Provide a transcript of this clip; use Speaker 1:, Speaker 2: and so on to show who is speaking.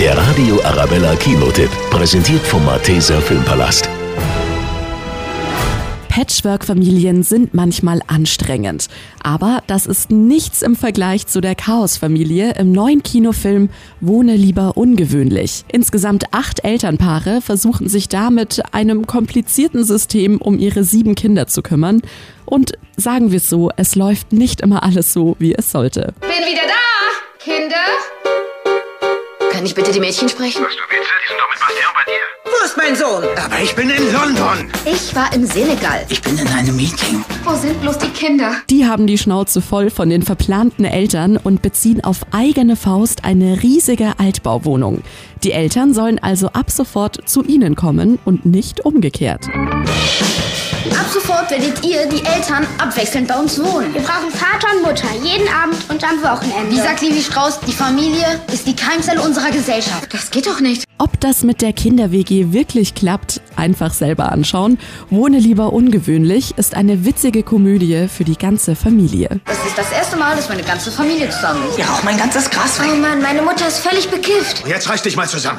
Speaker 1: Der Radio Arabella Kinotipp, präsentiert vom Malteser Filmpalast.
Speaker 2: Patchwork-Familien sind manchmal anstrengend. Aber das ist nichts im Vergleich zu der Chaos-Familie im neuen Kinofilm Wohne lieber ungewöhnlich. Insgesamt acht Elternpaare versuchen sich damit einem komplizierten System um ihre sieben Kinder zu kümmern. Und sagen wir es so, es läuft nicht immer alles so, wie es sollte.
Speaker 3: Bin wieder da, Kinder.
Speaker 4: Kann ich bitte die Mädchen sprechen?
Speaker 5: Was du willst, die sind doch mit Bastien bei dir.
Speaker 6: Wo ist mein Sohn?
Speaker 5: Aber ich bin in London.
Speaker 7: Ich war im Senegal.
Speaker 8: Ich bin in einem Meeting.
Speaker 3: Wo sind bloß die Kinder?
Speaker 2: Die haben die Schnauze voll von den verplanten Eltern und beziehen auf eigene Faust eine riesige Altbauwohnung. Die Eltern sollen also ab sofort zu ihnen kommen und nicht umgekehrt.
Speaker 7: Ab sofort werdet ihr, die Eltern, abwechselnd bei uns wohnen.
Speaker 9: Wir brauchen Vater und Mutter, jeden Abend und am Wochenende.
Speaker 7: Wie sagt Levi Strauss, die Familie ist die Keimzelle unserer Gesellschaft.
Speaker 4: Das geht doch nicht.
Speaker 2: Ob das mit der Kinder-WG wirklich klappt, einfach selber anschauen. Wohne lieber ungewöhnlich ist eine witzige Komödie für die ganze Familie.
Speaker 7: Das ist das erste Mal, dass meine ganze Familie zusammen ist.
Speaker 8: Ja, auch mein ganzes Gras weg.
Speaker 7: Oh Mann, meine Mutter ist völlig bekifft.
Speaker 5: Jetzt reiß dich mal zusammen.